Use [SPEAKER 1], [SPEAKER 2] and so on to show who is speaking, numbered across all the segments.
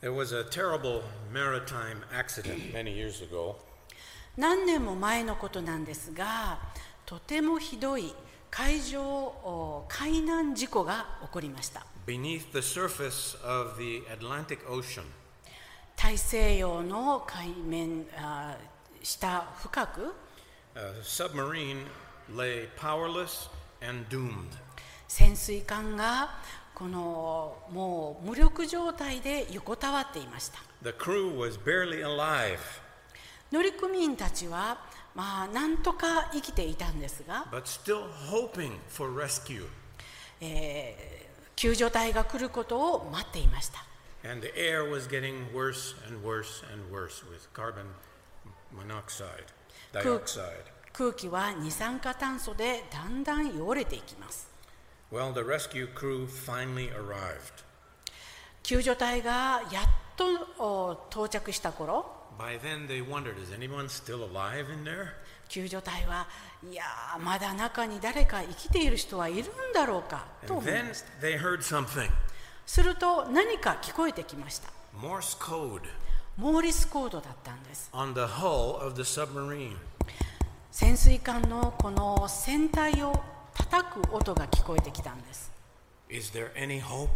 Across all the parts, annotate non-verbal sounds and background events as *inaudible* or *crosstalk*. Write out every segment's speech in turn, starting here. [SPEAKER 1] There was a terrible maritime accident many years ago,
[SPEAKER 2] 何年も前のことなんですがとてもひどい海上お海難事故が起こりました
[SPEAKER 1] beneath the surface of the Atlantic Ocean.
[SPEAKER 2] 大西洋の海面あー下深く
[SPEAKER 1] A submarine lay powerless and doomed.
[SPEAKER 2] 潜水艦がこのもう無力状態で横たわっていました
[SPEAKER 1] The crew was barely alive,
[SPEAKER 2] 乗組員たちはまあなんとか生きていたんですが、
[SPEAKER 1] but still hoping for rescue.
[SPEAKER 2] えー救助隊が来ることを待っていました
[SPEAKER 1] And the air was getting worse and worse and worse with carbon monoxide, dioxide.
[SPEAKER 2] 空気は二酸化炭素でだんだん汚れていきます
[SPEAKER 1] Well, the rescue crew finally arrived.
[SPEAKER 2] 救助隊がやっとお到着した頃
[SPEAKER 1] By then, they wondered is anyone still alive in there?
[SPEAKER 2] 救助隊はいやーまだ中に誰か生きている人はいるんだろうかと
[SPEAKER 1] And
[SPEAKER 2] 思い
[SPEAKER 1] then
[SPEAKER 2] ました
[SPEAKER 1] they heard something
[SPEAKER 2] すると何か聞こえてきました
[SPEAKER 1] Morse code
[SPEAKER 2] モーリスコードだったんです
[SPEAKER 1] on the hull of the submarine.
[SPEAKER 2] 潜水艦のこの船体を叩く音が聞こえてきたんです
[SPEAKER 1] Is there any hope?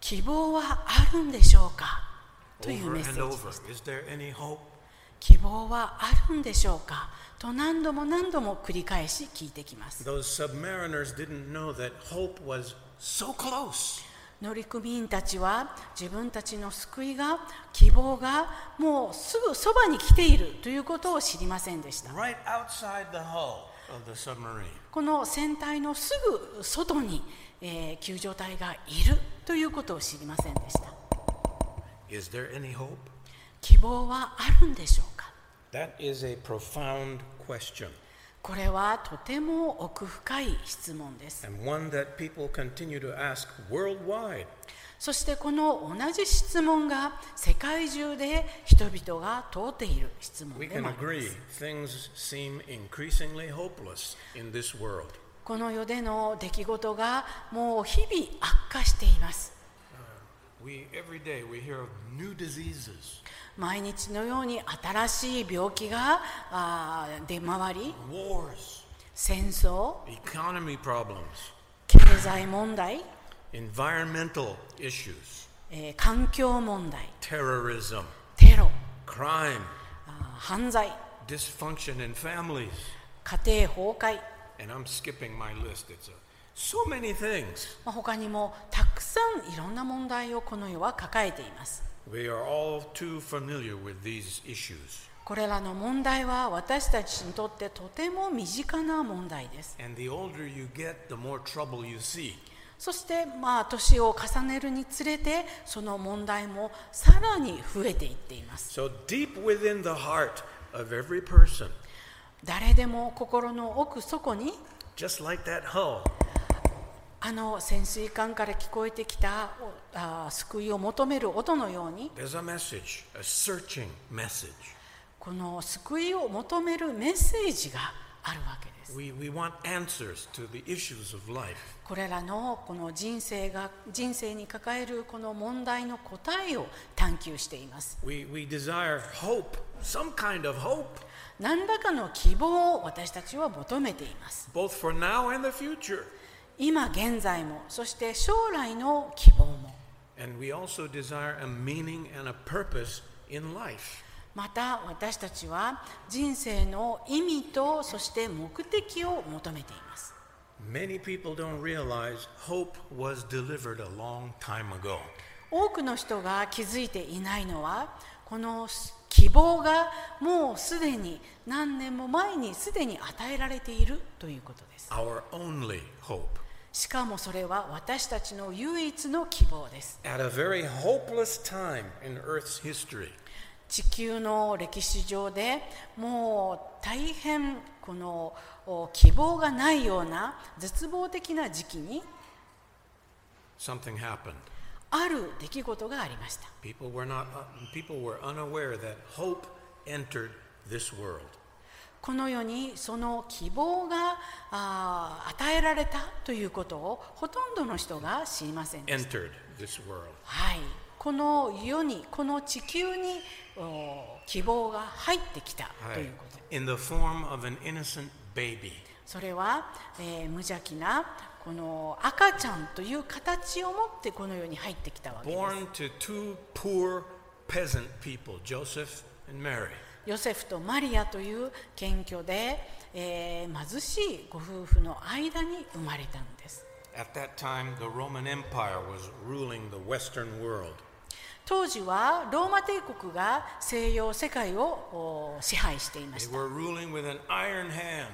[SPEAKER 2] 希望はあるんでしょうかという
[SPEAKER 1] Over
[SPEAKER 2] メッセ
[SPEAKER 1] and
[SPEAKER 2] ージ
[SPEAKER 1] over.
[SPEAKER 2] です
[SPEAKER 1] Is there any hope?
[SPEAKER 2] 希望はあるんでしょうかと何度も何度も繰り返し聞いてきます
[SPEAKER 1] Those submariners didn't know that hope was so close.
[SPEAKER 2] 乗組員たちは自分たちの救いが希望がもうすぐそばに来ているということを知りませんでした
[SPEAKER 1] Right outside the hull of the submarine.
[SPEAKER 2] この船体のすぐ外に、えー救助隊がいるということを知りませんでした
[SPEAKER 1] Is there any hope?
[SPEAKER 2] 希望はあるんでしょうか
[SPEAKER 1] That is a profound question,
[SPEAKER 2] これはとても奥深い質問です
[SPEAKER 1] and one that people continue to ask worldwide.
[SPEAKER 2] そしてこの同じ質問が世界中で人々が問うている質問
[SPEAKER 1] We
[SPEAKER 2] で
[SPEAKER 1] can
[SPEAKER 2] もありま
[SPEAKER 1] agree
[SPEAKER 2] す
[SPEAKER 1] things seem increasingly hopeless in this world.
[SPEAKER 2] この世での出来事がもう日々悪化しています
[SPEAKER 1] We every day we hear of new diseases,
[SPEAKER 2] 毎日のように新しい病気があー出回り
[SPEAKER 1] wars,
[SPEAKER 2] 戦争
[SPEAKER 1] economy problems,
[SPEAKER 2] 経済問題、
[SPEAKER 1] environmental issues,
[SPEAKER 2] えー環境問題
[SPEAKER 1] terrorism,
[SPEAKER 2] テロ
[SPEAKER 1] crime,
[SPEAKER 2] あー犯罪
[SPEAKER 1] dysfunction in families.
[SPEAKER 2] 家庭崩壊、
[SPEAKER 1] And I'm skipping my list. It's a, so many things.
[SPEAKER 2] まあ、他にもたくさんいろんな問題をこの世は抱えています
[SPEAKER 1] We are all too familiar with these issues.
[SPEAKER 2] これらの問題は私たちにとってとても身近な問題です
[SPEAKER 1] And the older you get, the more trouble you see.
[SPEAKER 2] そしてまあ年を重ねるにつれてその問題もさらに増えていっています
[SPEAKER 1] So deep within the heart of every person,
[SPEAKER 2] 誰でも心の奥底に
[SPEAKER 1] just like that hull,
[SPEAKER 2] あの潜水艦から聞こえてきたおあー救いを求める音のように
[SPEAKER 1] there's a message, a searching message.
[SPEAKER 2] この救いを求めるメッセージがあるわけです
[SPEAKER 1] We, we want answers to the issues of life.
[SPEAKER 2] これらのこの人生が人生に抱えるこの問題の答えを探求しています
[SPEAKER 1] We, we desire hope, some kind of hope,
[SPEAKER 2] 何らかの希望を私たちは求めています
[SPEAKER 1] both for now and the future.
[SPEAKER 2] 今現在もそして将来の希望も
[SPEAKER 1] And we also desire a meaning and a purpose in life.
[SPEAKER 2] また私たちは人生の意味とそして目的を求めています
[SPEAKER 1] Many people don't realize hope was delivered a long time ago.
[SPEAKER 2] 多くの人が気づいていないのはこの希望がもうすでに何年も前にすでに与えられているということです
[SPEAKER 1] Our only hope.
[SPEAKER 2] しかもそれは私たちの唯一の希望です
[SPEAKER 1] At a very hopeless time in Earth's history,
[SPEAKER 2] 地球の歴史上でもう大変このお希望がないような絶望的な時期に
[SPEAKER 1] something happened.
[SPEAKER 2] ある出来事がありました
[SPEAKER 1] People were not uh, people were unaware that hope entered this world.
[SPEAKER 2] この世にその希望があー与えられたということをほとんどの人が知りませんでした
[SPEAKER 1] Entered this world.
[SPEAKER 2] はいこの世にこの地球にお希望が入ってきたということ、
[SPEAKER 1] in the form of an innocent baby.
[SPEAKER 2] それは、えー無邪気なこの赤ちゃんという形を持ってこの世に入ってきたわけです
[SPEAKER 1] born to two poor peasant people, Joseph and Mary.
[SPEAKER 2] ヨセフとマリアという謙虚で、えー貧しいご夫婦の間に生まれたんです
[SPEAKER 1] At that time, the Roman Empire was ruling the Western world.
[SPEAKER 2] 当時はローマ帝国が西洋世界をお支配していま
[SPEAKER 1] They
[SPEAKER 2] した
[SPEAKER 1] were ruling with an iron hand,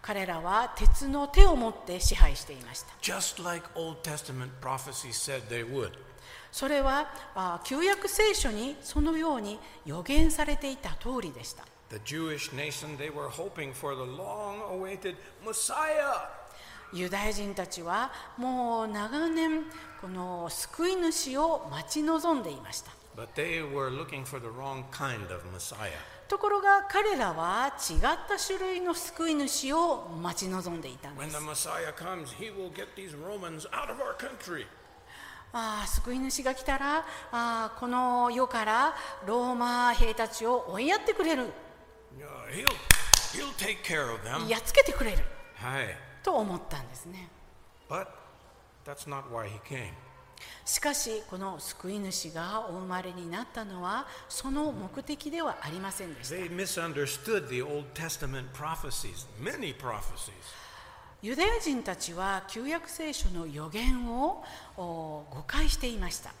[SPEAKER 2] 彼らは鉄の手を持って支配していました
[SPEAKER 1] just like Old Testament prophecy said they would.
[SPEAKER 2] それはあ旧約聖書にそのように予言されていた通りでした
[SPEAKER 1] The Jewish nation, they were hoping for the long awaited Messiah.
[SPEAKER 2] ユダヤ人たちはもう長年この救い主を待ち望んでいました
[SPEAKER 1] But they were looking for the wrong kind of Messiah.
[SPEAKER 2] ところが彼らは違った種類の救い主を待ち望んでいたんで
[SPEAKER 1] When
[SPEAKER 2] す
[SPEAKER 1] the Messiah comes, he will get these Romans out of our country.
[SPEAKER 2] ああ救い主が来たらああこの世からローマ兵たちを追いやってくれる
[SPEAKER 1] Yeah, Uh, he'll, he'll take care of them.
[SPEAKER 2] やっつけてくれる
[SPEAKER 1] Hi.
[SPEAKER 2] と思ったんですね
[SPEAKER 1] But that's not why he came.
[SPEAKER 2] しかしこの救い主がお生まれになったのはその目的ではありませんでした
[SPEAKER 1] They misunderstood the Old Testament prophecies, many prophecies.
[SPEAKER 2] ユダヤ人たちは旧約聖書の予言をお誤解していました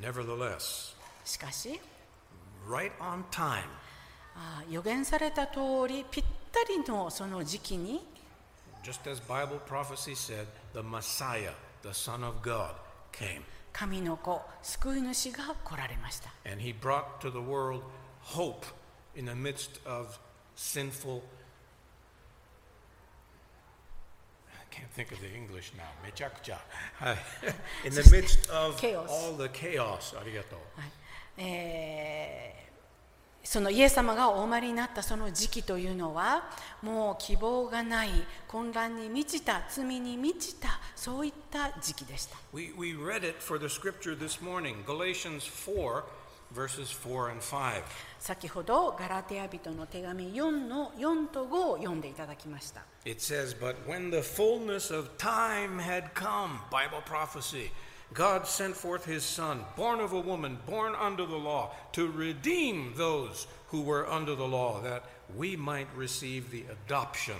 [SPEAKER 1] Nevertheless,
[SPEAKER 2] しかし
[SPEAKER 1] right on time,
[SPEAKER 2] あ予言された通りぴったりのその時期に
[SPEAKER 1] just as Bible prophecy said, the Messiah, the Son of God, came.
[SPEAKER 2] 神の子救い主が来られました
[SPEAKER 1] And he brought to the world hope in the midst of sinful. I can't think of the English now. Mechakcha. *laughs* in the midst of
[SPEAKER 2] Chaos.
[SPEAKER 1] all the chaos. Arigato.
[SPEAKER 2] はいえーそのイエス様がお生まれになったその時期というのはもう希望がない混乱に満ちた罪に満ちたそういった時期でした
[SPEAKER 1] We, we read it for the scripture this morning Galatians 4, verses 4 and 5.
[SPEAKER 2] 先ほどガラテヤ人の手紙4の4と5を読んでいただきました
[SPEAKER 1] It says, But when the fullness of time had come, Bible prophecy, God sent forth his Son, born of a woman, born under the law, to redeem those who were under the law, that we might receive the adoption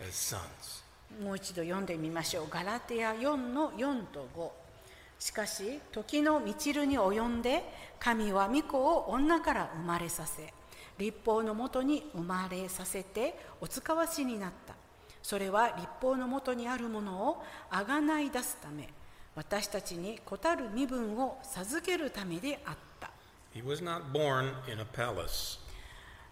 [SPEAKER 1] as sons.
[SPEAKER 2] もう一度読んでみましょう。ガラテヤ4の4と5。しかし、時の満ちるに及んで、神は御子を女から生まれさせ、立法のもとに生まれさせて、お使わしになった。それは立法のもとにあるものをあがない出すため、私たちにこたる身分を授けるためであった。
[SPEAKER 1] He was not born in a palace,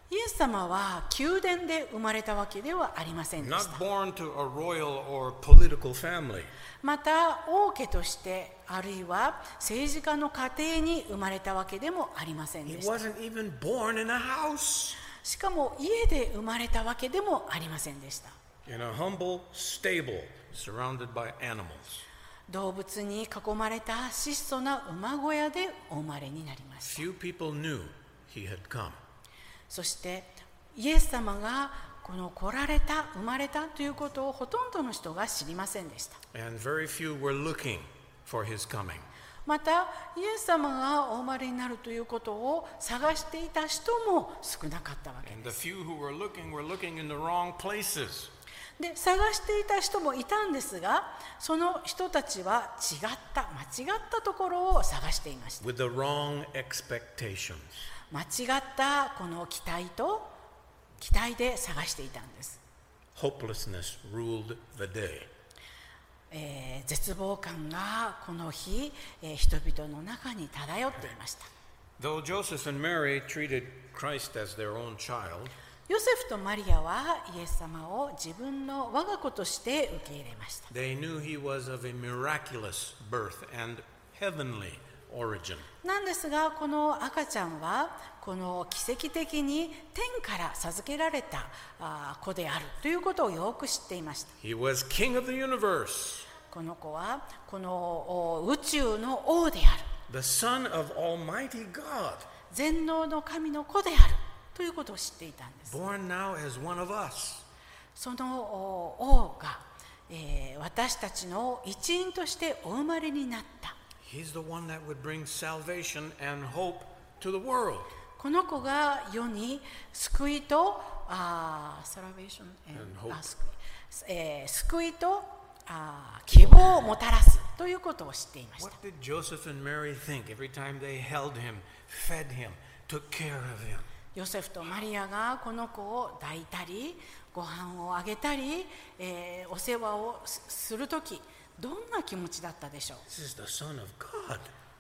[SPEAKER 2] イエス様は宮殿で生まれたわけではありませんでした
[SPEAKER 1] not。born to a royal or political family.
[SPEAKER 2] また王家としてあるいは政治家の家庭に生まれたわけでもありません
[SPEAKER 1] He
[SPEAKER 2] でした
[SPEAKER 1] wasn't even born in a house,
[SPEAKER 2] しかも家で生まれたわけでもありませんでした
[SPEAKER 1] in a humble stable surrounded by animals.
[SPEAKER 2] 動物に囲まれた質素な馬小屋でお生まれになりました
[SPEAKER 1] Few people knew he had come.
[SPEAKER 2] そしてイエス様がこの来られた生まれたということをほとんどの人が知りませんでした
[SPEAKER 1] And very few were looking for his coming.
[SPEAKER 2] またイエス様がお生まれになるということを探していた人も少なかったわけです
[SPEAKER 1] And the few who were looking were looking in the wrong places.
[SPEAKER 2] で探していた人もいたんですがその人たちは違った間違ったところを探していました
[SPEAKER 1] With the wrong expectations.
[SPEAKER 2] 間違ったこの期待と期待で探していたんです、
[SPEAKER 1] Hopelessness ruled the day.
[SPEAKER 2] えー絶望感がこの日、えー人々の中に漂っていました
[SPEAKER 1] Though Joseph and Mary treated Christ as their own child,
[SPEAKER 2] ヨセフとマリアはイエス様を自分の我が子として受け入れました
[SPEAKER 1] they knew he was of a miraculous birth and heavenly origin.
[SPEAKER 2] なんですがこの赤ちゃんはこの奇跡的に天から授けられたあー子であるということをよく知っていました
[SPEAKER 1] He was king of the universe,
[SPEAKER 2] この子はこのお宇宙の王である
[SPEAKER 1] the Son of Almighty God,
[SPEAKER 2] 全能の神の子であるということを知っていたんです
[SPEAKER 1] born now as one of us.
[SPEAKER 2] そのお王が、えー私たちの一員としてお生まれになった
[SPEAKER 1] He's the one that would bring salvation and hope to the world.
[SPEAKER 2] この子が世に救いとあー salvation
[SPEAKER 1] And
[SPEAKER 2] and-
[SPEAKER 1] hope.
[SPEAKER 2] あ救いえー救いとあー希望をもたらすということを知っていました
[SPEAKER 1] What did Joseph and Mary think every time they held him, fed him, took care of him?
[SPEAKER 2] ヨセフとマリアがこの子を抱いたりご飯をあげたり、えーお世話をすする時どんな気持ちだったでしょう
[SPEAKER 1] This is the Son of God.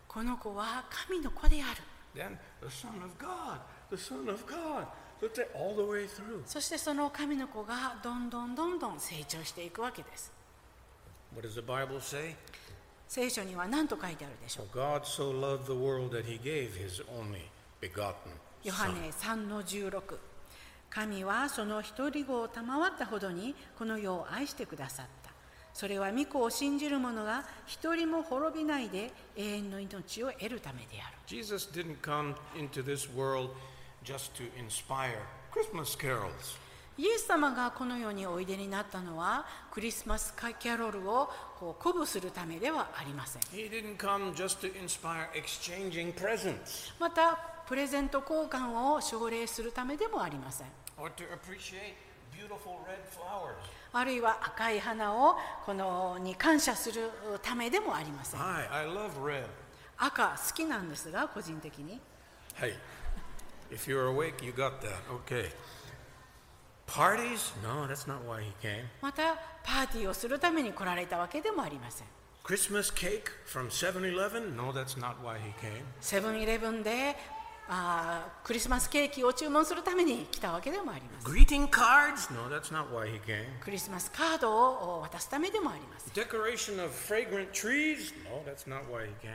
[SPEAKER 2] この子は神の子である
[SPEAKER 1] Then the Son of God, the Son of God. Look at all the way through.
[SPEAKER 2] そしてその神の子がどんどんどんどん成長していくわけです
[SPEAKER 1] What does the Bible say?
[SPEAKER 2] 聖書には何と書いてあるでしょう
[SPEAKER 1] For God so loved the world that he gave his only begotten
[SPEAKER 2] ヨハ
[SPEAKER 1] Son.
[SPEAKER 2] ネ3の16神はその一人子を賜ったほどにこの世を愛してくださったそれは御子を信じる者が一人も滅びないで永遠の命を得るためである
[SPEAKER 1] Jesus didn't come into this world just to inspire Christmas carols.
[SPEAKER 2] イエス様がこの世においでになったのはクリスマスキャロルをこう鼓舞するためではありません
[SPEAKER 1] He didn't come just to inspire exchanging presents
[SPEAKER 2] またプレゼント交換を奨励するためでもありません
[SPEAKER 1] or to appreciate beautiful red flowers.
[SPEAKER 2] あるいは赤い花をこのに感謝するためでもありません
[SPEAKER 1] I, I love red.
[SPEAKER 2] 赤好きなんですが個人的に
[SPEAKER 1] Hey, if you're awake, you got that. Okay. Parties? No, that's not why he came.
[SPEAKER 2] またパーティーをするために来られたわけでもありません
[SPEAKER 1] Christmas cake from 7 Eleven? No, that's not why he came.
[SPEAKER 2] セブンイレブンであークリスマスケーキを注文するために来たわけでもありません
[SPEAKER 1] Greeting cards? No, that's not why he came.
[SPEAKER 2] クリスマスカードを渡すためでもありません
[SPEAKER 1] Decoration of fragrant trees? No, that's not why he came.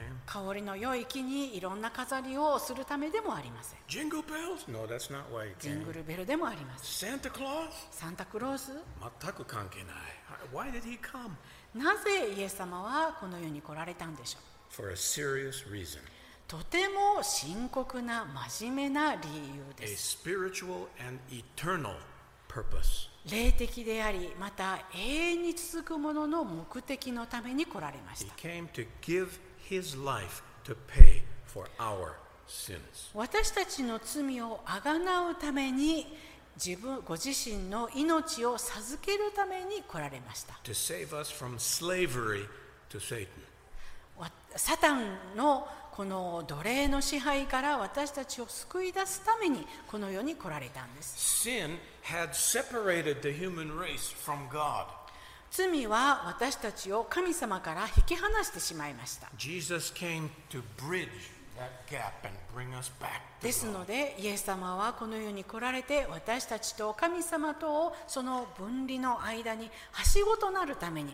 [SPEAKER 2] 香りの良い木にいろんな飾りをするためでもありません
[SPEAKER 1] Jingle bells? No, that's not why he
[SPEAKER 2] ジン
[SPEAKER 1] came.
[SPEAKER 2] グルベルでもありません
[SPEAKER 1] Santa Claus?
[SPEAKER 2] サンタクロース
[SPEAKER 1] Mataku kankenai. Why did he come?
[SPEAKER 2] なぜイエス様はこの世に来られたんでしょう
[SPEAKER 1] For a serious reason.
[SPEAKER 2] とても深刻な真面目な理由
[SPEAKER 1] A
[SPEAKER 2] です
[SPEAKER 1] spiritual and eternal purpose.
[SPEAKER 2] 霊的でありまた永遠に続くものの目的のために来られまし
[SPEAKER 1] He
[SPEAKER 2] た
[SPEAKER 1] came to give his life to pay for our sins.
[SPEAKER 2] 私たちの罪をあがなうために自分ご自身の命を授けるために来られました
[SPEAKER 1] To save us from slavery to Satan.
[SPEAKER 2] わサタンのこの奴隷の支配から私たちを救い出すためにこの世に来られたんです
[SPEAKER 1] Sin had separated the human race from God.
[SPEAKER 2] 罪は私たちを神様から引き離してしまいました
[SPEAKER 1] Jesus came to bridge that gap and bring us back.
[SPEAKER 2] ですのでイエス様はこの世に来られて私たちと神様とをその分離の間にはしごとなるために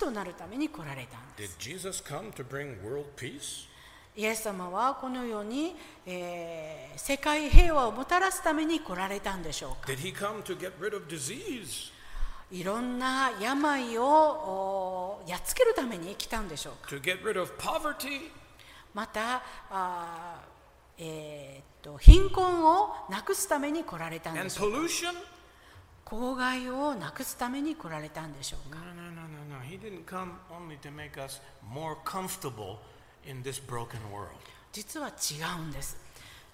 [SPEAKER 2] 橋となるために来られたんで
[SPEAKER 1] Did Jesus
[SPEAKER 2] す
[SPEAKER 1] come to bring world peace?
[SPEAKER 2] イエス様はこの世に、えー世界平和をもたらすために来られたんでしょうか
[SPEAKER 1] Did he come to get rid of disease?
[SPEAKER 2] いろんな病をおーやっつけるために来たんでしょうか
[SPEAKER 1] To get rid of poverty?
[SPEAKER 2] またあーえーっと貧困をなくすために来られたんで
[SPEAKER 1] And
[SPEAKER 2] しょう
[SPEAKER 1] pollution?
[SPEAKER 2] 公害をなくすために来られたんでしょうか
[SPEAKER 1] No, no, no, no, no. He didn't come only to make us more comfortable in this broken world.
[SPEAKER 2] 実は違うんです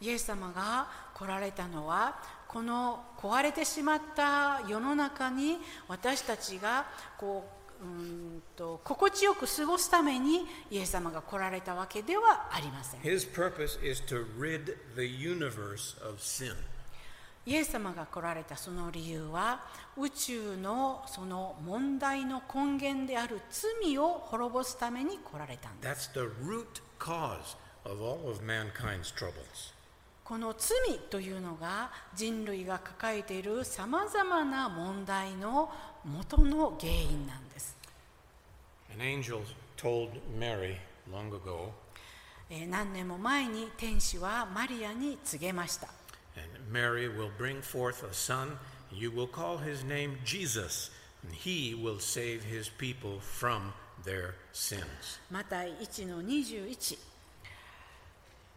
[SPEAKER 2] イエス様が来られたのはこの壊れてしまった世の中に私たちがこううーんと心地よく過ごすためにイエス様が来られたわけではありません
[SPEAKER 1] His purpose is to rid the universe of sin.
[SPEAKER 2] イエス様が来られたその理由は宇宙のその問題の根源である罪を滅ぼすために来られたんです
[SPEAKER 1] That's the root cause of all of mankind's troubles.
[SPEAKER 2] この罪というのが人類が抱えているさまざまな問題の元の原因なんです、
[SPEAKER 1] An angel told Mary long ago,
[SPEAKER 2] えー何年も前に天使はマリアに告げました
[SPEAKER 1] and Mary will bring forth a son. You will call his name Jesus, and he will save his people from their sins.
[SPEAKER 2] マタイ1の21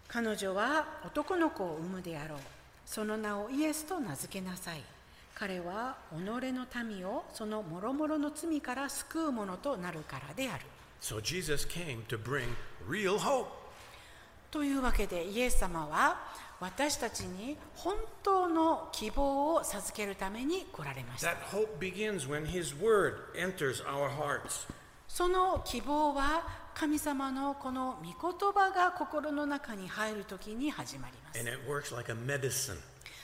[SPEAKER 2] 彼女は男の子を産むであろうその名をイエスと名付けなさい彼は己の民をその諸々の罪から救うものとなるからである
[SPEAKER 1] So Jesus came to bring real hope.
[SPEAKER 2] というわけでイエス様は私たちに本当の希望を授けるために来られました
[SPEAKER 1] That hope begins when His Word enters our hearts.
[SPEAKER 2] その希望は神様のこの御言葉が心の中に入るときに始まります
[SPEAKER 1] And it works like a medicine.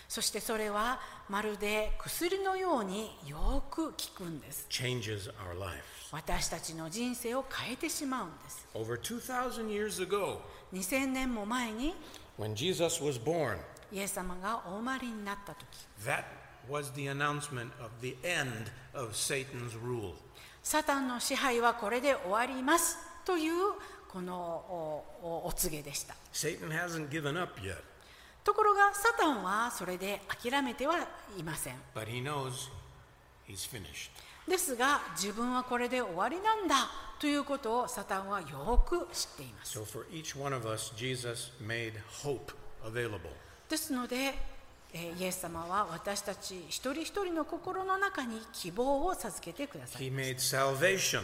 [SPEAKER 2] そしてそれはまるで薬のようによく効くんです
[SPEAKER 1] changes our lives.
[SPEAKER 2] 私たちの人生を変えてしまうんです
[SPEAKER 1] Over 2,000 years ago,
[SPEAKER 2] 2000年も前に
[SPEAKER 1] when Jesus was born,
[SPEAKER 2] イエス様がお生まれになった時
[SPEAKER 1] that was the announcement of the end of Satan's rule.
[SPEAKER 2] サタンの支配はこれで終わりますというこのおおお告げでした
[SPEAKER 1] Satan hasn't given up yet,
[SPEAKER 2] ところがサタンはそれで諦めてはいません
[SPEAKER 1] but he knows he's finished.
[SPEAKER 2] ですが自分はこれで終わりなんだということをサタンはよく知っています
[SPEAKER 1] So for each one of us, Jesus made hope available.
[SPEAKER 2] ですのでえーイエス様は私たち一人一人の心の中に希望を授けてください
[SPEAKER 1] He made salvation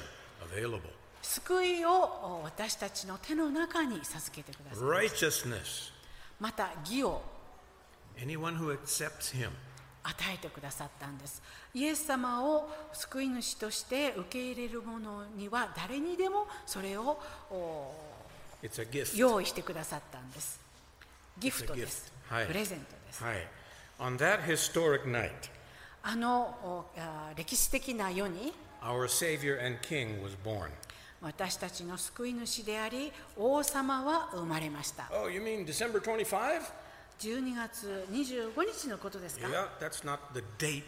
[SPEAKER 1] available,
[SPEAKER 2] 救いをお私たちの手の中に授けてください
[SPEAKER 1] righteousness,
[SPEAKER 2] また義を
[SPEAKER 1] anyone who accepts him.
[SPEAKER 2] 与えてくださったんですイエス様を救い主として受け入れる者には誰にでもそれをお
[SPEAKER 1] It's a gift.
[SPEAKER 2] 用意してくださったんですギフ
[SPEAKER 1] It's
[SPEAKER 2] ト
[SPEAKER 1] a
[SPEAKER 2] で
[SPEAKER 1] gift.
[SPEAKER 2] す、
[SPEAKER 1] Hi.
[SPEAKER 2] プレゼントです、
[SPEAKER 1] Hi. On that historic night,
[SPEAKER 2] あのおあ歴史的な世に
[SPEAKER 1] our Savior and King was born.
[SPEAKER 2] 私たちの救い主であり王様は生まれました
[SPEAKER 1] Oh, you mean December 25?
[SPEAKER 2] 12月25日のことですか
[SPEAKER 1] Yeah, that's not the date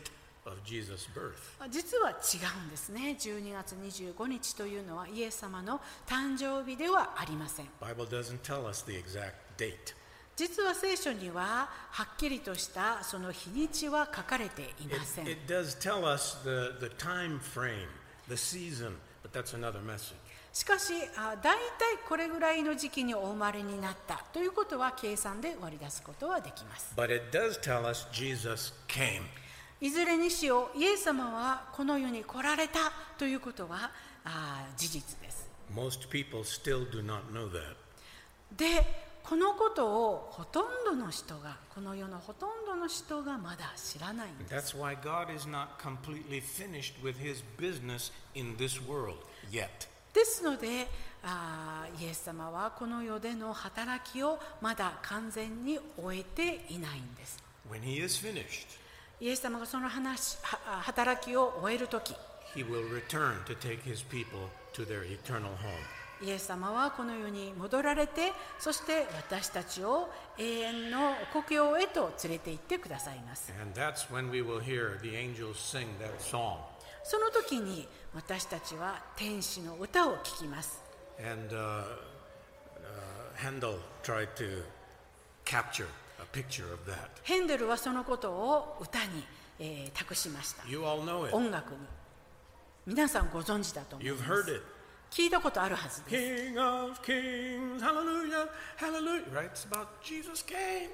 [SPEAKER 1] of Jesus' birth.
[SPEAKER 2] 実は違うんですね12月25日というのはイエス様の誕生日ではありません
[SPEAKER 1] Bible doesn't tell us the exact date.
[SPEAKER 2] 実は聖書にははっきりとしたその日にちは書かれてい
[SPEAKER 1] It,
[SPEAKER 2] ません
[SPEAKER 1] it does tell us the, the time frame, the season, but that's another message.
[SPEAKER 2] しかしあ大体これぐらいの時期にお生まれになったということは計算で割り出すことはできます
[SPEAKER 1] But it does tell us Jesus came.
[SPEAKER 2] いずれにしようイエス様はこの世に来られたということはあ事実です
[SPEAKER 1] Most people still do not know that.
[SPEAKER 2] でこのことをほとんどの人がこの世のほとんどの人がまだ知らないんです
[SPEAKER 1] That's why God is not completely finished with his business in this world yet.
[SPEAKER 2] ですのであーイエス様はこの世での働きをまだ完全に終えていないんです
[SPEAKER 1] When he is finished,
[SPEAKER 2] イエス様がその話は働きを終える時
[SPEAKER 1] he will return to take his people to their eternal home.
[SPEAKER 2] イエス様はこの世に戻られてそして私たちを永遠の故郷へと連れて行ってくださいます
[SPEAKER 1] And that's when we will hear the angels sing that song.
[SPEAKER 2] その時に私たちは天使の歌を聴きます
[SPEAKER 1] And uh, uh, Handel tried to capture a picture of that.
[SPEAKER 2] ヘンデルはそのことを歌に、えー託しました
[SPEAKER 1] You all know it.
[SPEAKER 2] 音楽に皆さんご存知だと思い
[SPEAKER 1] You've
[SPEAKER 2] ます
[SPEAKER 1] heard it.
[SPEAKER 2] 聞いたことあるはずです
[SPEAKER 1] King of kings, hallelujah, hallelujah. Right? It's about Jesus came.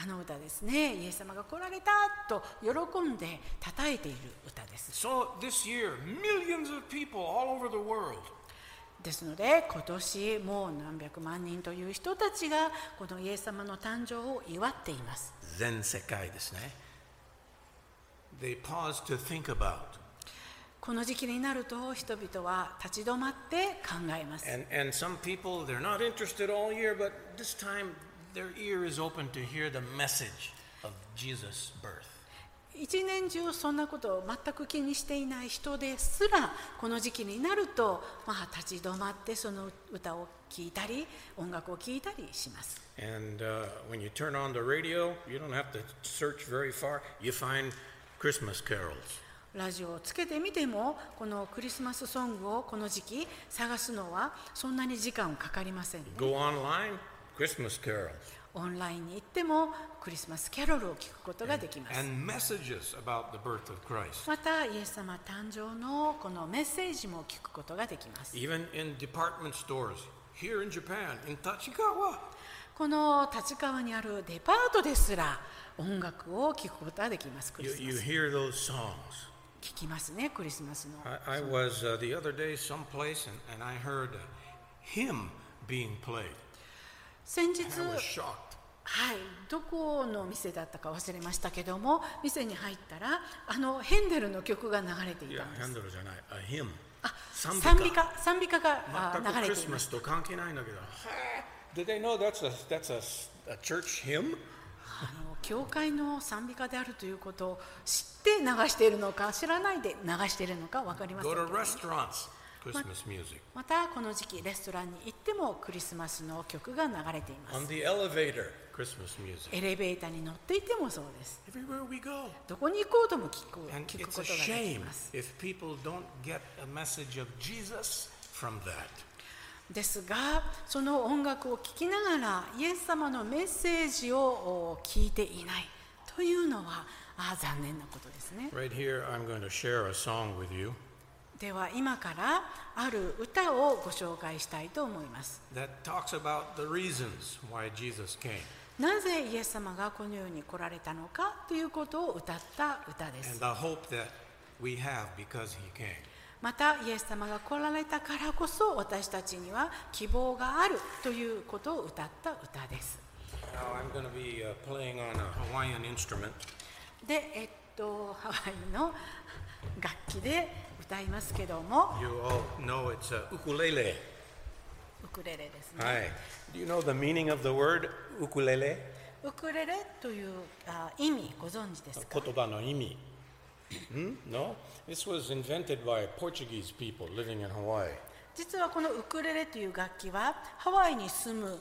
[SPEAKER 2] あの歌ですねイエス様が来られたと喜んで叩いている歌です
[SPEAKER 1] So this year, millions of people all over the world
[SPEAKER 2] ですので今年もう何百万人という人たちがこのイエス様の誕生を祝っています
[SPEAKER 1] They pause to think about.
[SPEAKER 2] この時期になると人々は立ち止まって考えます
[SPEAKER 1] And, and some people, they're not interested all year, but this time their ear is open to hear the message of Jesus' birth.
[SPEAKER 2] 一年中そんなことを全く気にしていない人ですらこの時期になるとまあ立ち止まってその歌を聴いたり音楽を聴いたりします
[SPEAKER 1] And uh, when you turn on the radio, you don't have to search very far. You find Christmas carols.
[SPEAKER 2] ラジオをつけてみてもこのクリスマスソングをこの時期探すのはそんなに時間かかりません、ね、
[SPEAKER 1] Go online, Christmas carols.
[SPEAKER 2] オンラインに行ってもクリスマスキャロルを聞くことができます
[SPEAKER 1] And messages about the birth of Christ.
[SPEAKER 2] またイエス様誕生のこのメッセージも聞くことができます
[SPEAKER 1] Even in department stores here in Japan, in Tachikawa.
[SPEAKER 2] この立川にあるデパートですら音楽を聴くことはできますクリ
[SPEAKER 3] You,
[SPEAKER 2] スマ
[SPEAKER 3] you
[SPEAKER 2] ス
[SPEAKER 3] hear those songs.
[SPEAKER 2] 聴きますねクリスマスの
[SPEAKER 3] I, I was uh, the other day someplace and, and I heard a hymn being played.
[SPEAKER 2] 先日
[SPEAKER 3] And I was shocked.
[SPEAKER 2] はいどこの店だったか忘れましたけども店に入ったらあのヘンデルの曲が流れてい
[SPEAKER 3] Yeah,
[SPEAKER 2] たんで
[SPEAKER 3] Handel
[SPEAKER 2] す
[SPEAKER 3] じゃない、a hymn.
[SPEAKER 2] あ
[SPEAKER 3] 賛
[SPEAKER 2] 賛
[SPEAKER 3] 美歌
[SPEAKER 2] 美歌賛美歌があ
[SPEAKER 3] 全く
[SPEAKER 2] 流
[SPEAKER 3] ク
[SPEAKER 2] れ
[SPEAKER 3] リ
[SPEAKER 2] てい
[SPEAKER 3] ス
[SPEAKER 2] ま
[SPEAKER 3] マ
[SPEAKER 2] す
[SPEAKER 3] スと関係ないんだけど。はあ Did they know that's a, that's a, a church hymn?
[SPEAKER 2] あの教会の賛美歌であるということを知って流しているのか知らないで流しているのか分かりません
[SPEAKER 3] Go to
[SPEAKER 2] けど
[SPEAKER 3] restaurants. Christmas music.
[SPEAKER 2] またこの時期レストランに行ってもクリスマスの曲が流れていま
[SPEAKER 3] On
[SPEAKER 2] す
[SPEAKER 3] the elevator. Christmas music.
[SPEAKER 2] エレベーターに乗っていてもそうです
[SPEAKER 3] Everywhere we go.
[SPEAKER 2] どこに行こうとも聞く
[SPEAKER 3] And
[SPEAKER 2] 聞く
[SPEAKER 3] it's a
[SPEAKER 2] ことができ
[SPEAKER 3] shame
[SPEAKER 2] ます
[SPEAKER 3] if people don't get a message of Jesus from that.
[SPEAKER 2] ですがその音楽を聴きながらイエス様のメッセージをお聞いていないというのはあー残念なことですね
[SPEAKER 3] Right here, I'm going to share a song with you
[SPEAKER 2] では今からある歌をご紹介したいと思います
[SPEAKER 3] that talks about the reasons why Jesus came.
[SPEAKER 2] なぜイエス様がこの世に来られたのかということを歌った歌で
[SPEAKER 3] and
[SPEAKER 2] す
[SPEAKER 3] the hope that we have because he came.
[SPEAKER 2] またイエス様が来られたからこそ私たちには希望があるということを歌った歌です
[SPEAKER 3] Now I'm going to be uh, playing on a Hawaiian instrument.
[SPEAKER 2] でえっとハワイの楽器で歌いますけども
[SPEAKER 3] You all know it's a ukulele.
[SPEAKER 2] ウクレレですね、
[SPEAKER 3] Hi. Do you know the meaning of the word ukulele?
[SPEAKER 2] ウクレレというあ意味ご存知ですか
[SPEAKER 3] Kotoba no imi. Hmm? No? This was invented by Portuguese people living in Hawaii.
[SPEAKER 2] 実はこのウクレレという楽器はハワイに住む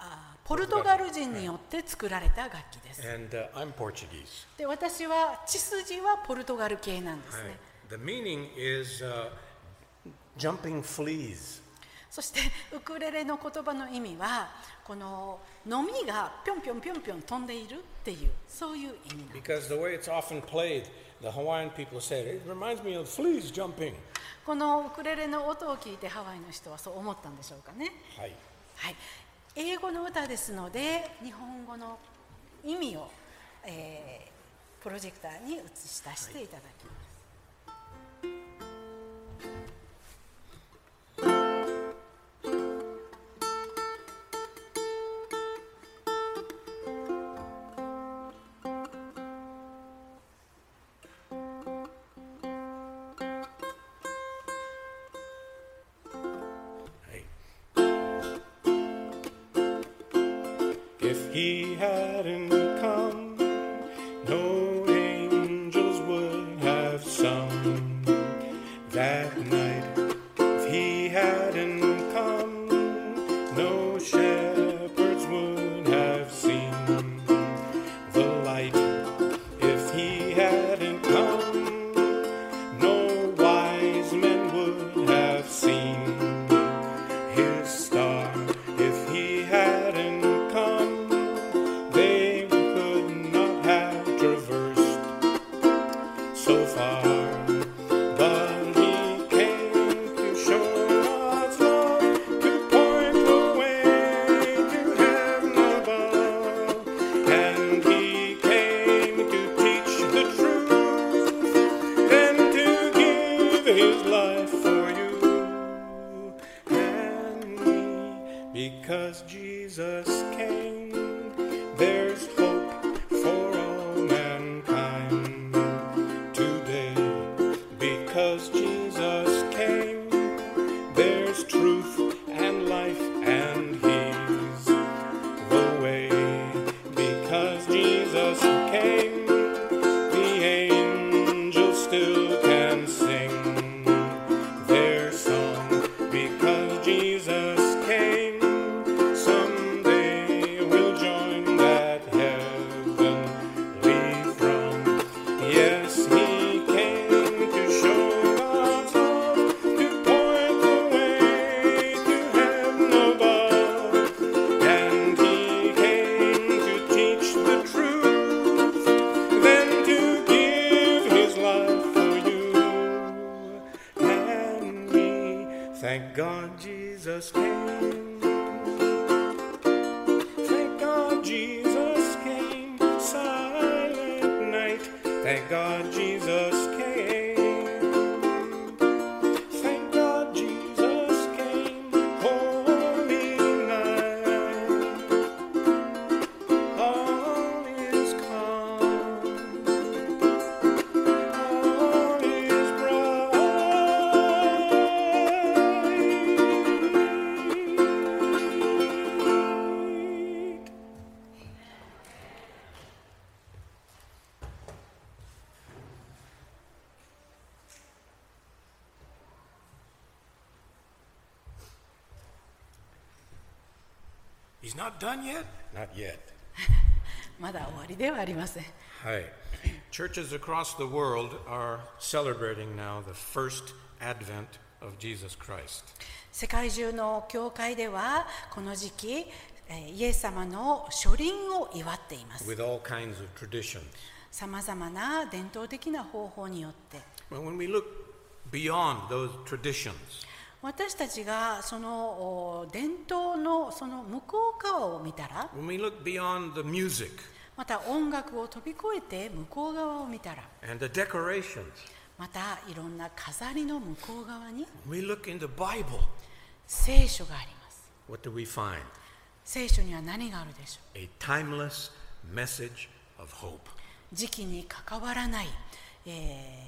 [SPEAKER 2] あポルトガル人によって作られた楽器です
[SPEAKER 3] And uh, I'm Portuguese.
[SPEAKER 2] で私は血筋はポルトガル系なんですね、
[SPEAKER 3] The meaning is uh, jumping fleas.
[SPEAKER 2] そしてウクレレの言葉の意味はこののみがぴょんぴょんぴょんぴょん飛んでいるっていうそういう意味なんで
[SPEAKER 3] Because
[SPEAKER 2] す
[SPEAKER 3] the way it's often played, the Hawaiian people said, it reminds me of fleas jumping.
[SPEAKER 2] このウクレレの音を聞いてハワイの人はそう思ったんでしょうかね
[SPEAKER 3] Hi.
[SPEAKER 2] はい英語の歌ですので日本語の意味を、えープロジェクターに映し出していただきます、
[SPEAKER 1] If he hadn't come, no angels would have sung that night. If he hadn't come, no shepherds would have seen the light. If he hadn't come, no wise men would have seen his star. If he hadn't come, they could not have traversed so far. But he came to show us love, to point the way to heaven above. And he came to teach the truth and to give his life for you and me. Because Jesus came, there's hope for all mankind today. Because Jesus came, there's truth and life, and He's the way. Because Jesus came, the angels still can sing their song. Because Jesus came, someday we'll join that heavenly throne. Yes, He came to show God's love, to point the way to heaven above. And he came to teach the truth, then to give his life for you and me. Thank God Jesus came. Thank He's not done yet? Not yet.
[SPEAKER 2] まだ終わりではありません
[SPEAKER 1] Hi. Churches across the world are celebrating now the first advent of Jesus Christ.
[SPEAKER 2] 世界中の教会ではこの時期えーイエス様の初輪を祝っています
[SPEAKER 1] with all kinds of traditions.
[SPEAKER 2] さまざまな伝統的な方法によって
[SPEAKER 1] But when we look beyond those traditions,
[SPEAKER 2] 私たちがそのお伝統のその向こう側を見たら
[SPEAKER 1] when we look beyond the music
[SPEAKER 2] また音楽を飛び越えて向こう側を見たら
[SPEAKER 1] and the decorations,
[SPEAKER 2] またいろんな飾りの向こう側に
[SPEAKER 1] we look in the Bible,
[SPEAKER 2] 聖書があります
[SPEAKER 1] what do we find?
[SPEAKER 2] 聖書には何があるでしょ
[SPEAKER 1] A timeless message of hope.
[SPEAKER 2] う時期に関わらない、え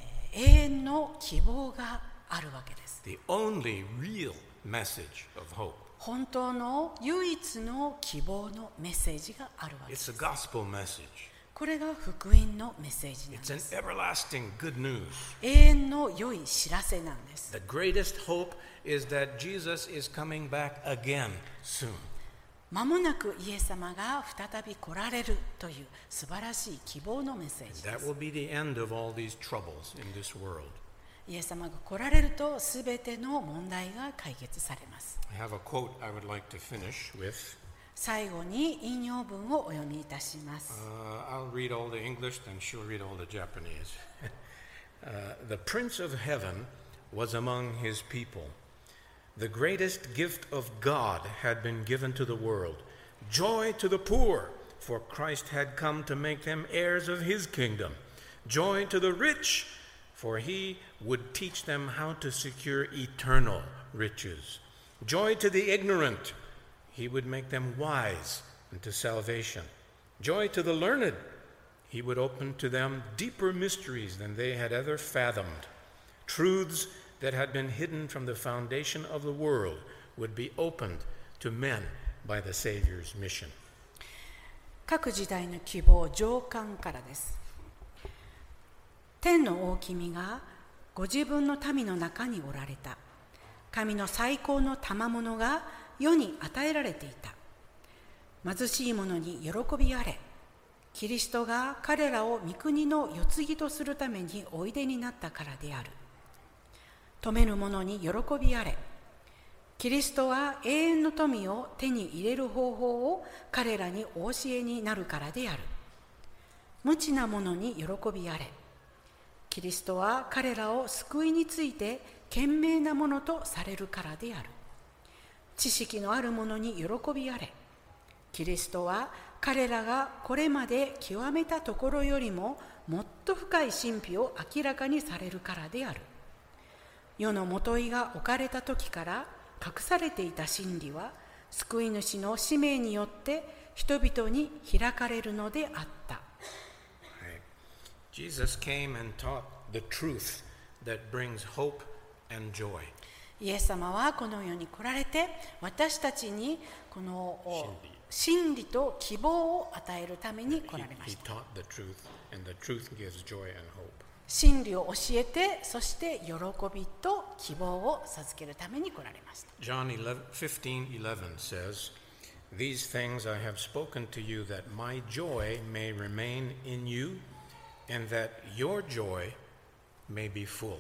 [SPEAKER 2] ー永遠の希望があるわけです
[SPEAKER 1] The only real message of hope.
[SPEAKER 2] 本当の唯一の希望のメッセージがあるわけです
[SPEAKER 1] It's a gospel message.
[SPEAKER 2] これが福音のメッセージなん
[SPEAKER 1] It's
[SPEAKER 2] で
[SPEAKER 1] an
[SPEAKER 2] す
[SPEAKER 1] everlasting good news.
[SPEAKER 2] 永遠の良い知らせなんです
[SPEAKER 1] The greatest hope is that Jesus is coming back again soon.
[SPEAKER 2] 間もなくイエス様が再び来られるという素晴らしい希望のメッセージで
[SPEAKER 1] That
[SPEAKER 2] す
[SPEAKER 1] will be the end of all these troubles in this world.
[SPEAKER 2] イエス様が来られると全ての問題が解決されます
[SPEAKER 1] I have a quote I would like to finish with.
[SPEAKER 2] 最後に引用文をお読みいたします
[SPEAKER 1] Uh, I'll read all the English, then she'll read all the Japanese. *laughs* uh, the Prince of Heaven was among his people. The greatest gift of God had been given to the world joy to the poor, for Christ had come to make them heirs of his kingdom, joy to the rich, for he would teach them how to secure eternal riches, joy to the ignorant, he would make them wise unto salvation, joy to the learned, he would open to them deeper mysteries than they had ever fathomed. Truths that had been hidden from the foundation of the world would be opened to men by the Savior's mission.
[SPEAKER 2] 各時代の希望上巻からです天の大君がご自分の民の中におられた神の最高の賜物が世に与えられていた貧しい者に喜びあれキリストが彼らを御国の世継ぎとするためにおいでになったからである止める者に喜びあれキリストは永遠の富を手に入れる方法を彼らにお教えになるからである。無知な者に喜びあれ。キリストは彼らを救いについて賢明なものとされるからである。知識のある者に喜びあれ。キリストは彼らがこれまで極めたところよりももっと深い神秘を明らかにされるからである。世の元いが置かれた時から隠されていた真理は救い主の使命によって人々に開かれるのであった
[SPEAKER 1] Right? Jesus came and taught the truth that brings hope and joy.
[SPEAKER 2] イエス様はこの世に来られて私たちにこのお真理と希望を与えるために来
[SPEAKER 1] He,
[SPEAKER 2] られま
[SPEAKER 1] he
[SPEAKER 2] した
[SPEAKER 1] taught the truth, and the truth gives joy and hope.
[SPEAKER 2] 真理を教えてそして喜びと希望を授けるために来られました
[SPEAKER 1] John 11, 15 11 says, These things I have spoken to you that my joy may remain in you and that your joy may be full.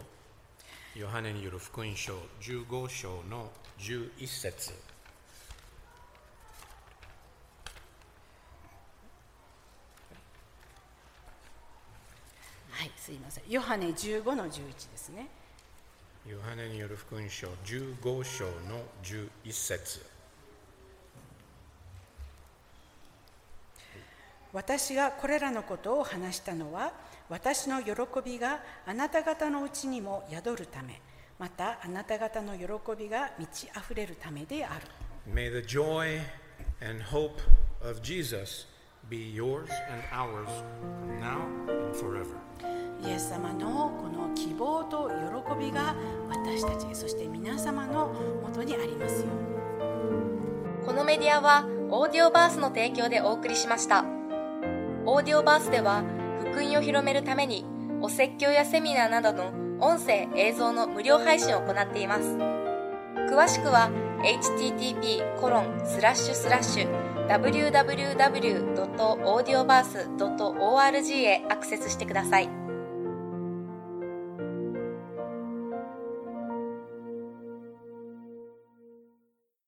[SPEAKER 1] ヨハネによる福音書15章の11節
[SPEAKER 2] はいすいませんヨハネ15の11ですね
[SPEAKER 1] ヨハネによる福音書15章の11節
[SPEAKER 2] 私がこれらのことを話したのは私の喜びがあなた方のうちにも宿るためまたあなた方の喜びが満ち溢れるためである
[SPEAKER 1] May the joy and hope of Jesus be yours and ours now and forever.
[SPEAKER 2] イエス様のこの希望と喜びが私たちそして皆様のもとにありますように。
[SPEAKER 4] このメディアはオーディオバースの提供でお送りしました。オーディオバースでは福音を広めるためにお説教やセミナーなどの音声、映像の無料配信を行っています。詳しくは http://www.audioverse.org へアクセスしてください。